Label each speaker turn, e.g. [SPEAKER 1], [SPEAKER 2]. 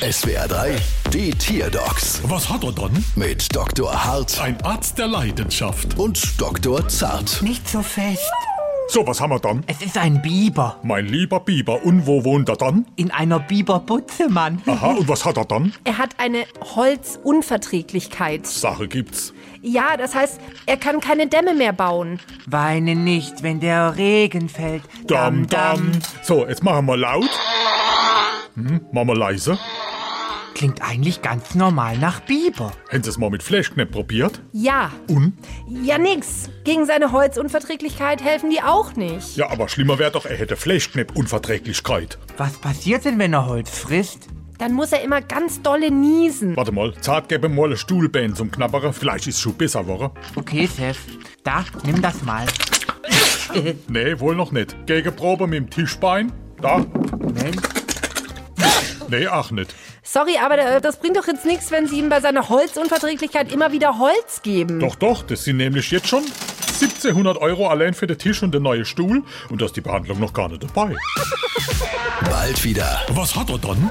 [SPEAKER 1] SWR 3, die Tierdocs
[SPEAKER 2] Was hat er dann?
[SPEAKER 1] mit Dr. Hart
[SPEAKER 2] Ein Arzt der Leidenschaft.
[SPEAKER 1] und Dr. Zart.
[SPEAKER 3] Nicht so fest.
[SPEAKER 2] So, was haben wir dann?
[SPEAKER 3] Es ist ein Biber.
[SPEAKER 2] Mein lieber Biber, und wo wohnt er dann?
[SPEAKER 3] In einer Biberbutze, Mann.
[SPEAKER 2] Aha, und was hat er dann?
[SPEAKER 4] Er hat eine Holzunverträglichkeit.
[SPEAKER 2] Sache gibt's.
[SPEAKER 4] Ja, das heißt, er kann keine Dämme mehr bauen.
[SPEAKER 3] Weine nicht, wenn der Regen fällt.
[SPEAKER 2] Dam, dam. So, jetzt machen wir laut. Hm, machen wir leise.
[SPEAKER 3] Klingt eigentlich ganz normal nach Biber.
[SPEAKER 2] Haben Sie es mal mit Flashknepp probiert?
[SPEAKER 4] Ja.
[SPEAKER 2] Und?
[SPEAKER 4] Ja, nix. Gegen seine Holzunverträglichkeit helfen die auch nicht.
[SPEAKER 2] Ja, aber schlimmer wäre doch, er hätte Flashknepp-Unverträglichkeit.
[SPEAKER 3] Was passiert denn, wenn er Holz frisst?
[SPEAKER 4] Dann muss er immer ganz dolle niesen.
[SPEAKER 2] Warte mal, zart gebe mal eine Stuhlbein zum Knabbern. Vielleicht ist schon besser geworden.
[SPEAKER 3] Okay, Chef. Da, nimm das mal.
[SPEAKER 2] Nee, wohl noch nicht. Gegenprobe mit dem Tischbein. Da.
[SPEAKER 3] Moment.
[SPEAKER 2] Nee, ach nicht.
[SPEAKER 4] Sorry, aber äh, das bringt doch jetzt nichts, wenn sie ihm bei seiner Holzunverträglichkeit immer wieder Holz geben.
[SPEAKER 2] Doch, doch, das sind nämlich jetzt schon 1700 Euro allein für den Tisch und den neuen Stuhl. Und da ist die Behandlung noch gar nicht dabei.
[SPEAKER 1] Bald wieder.
[SPEAKER 2] Was hat er dann?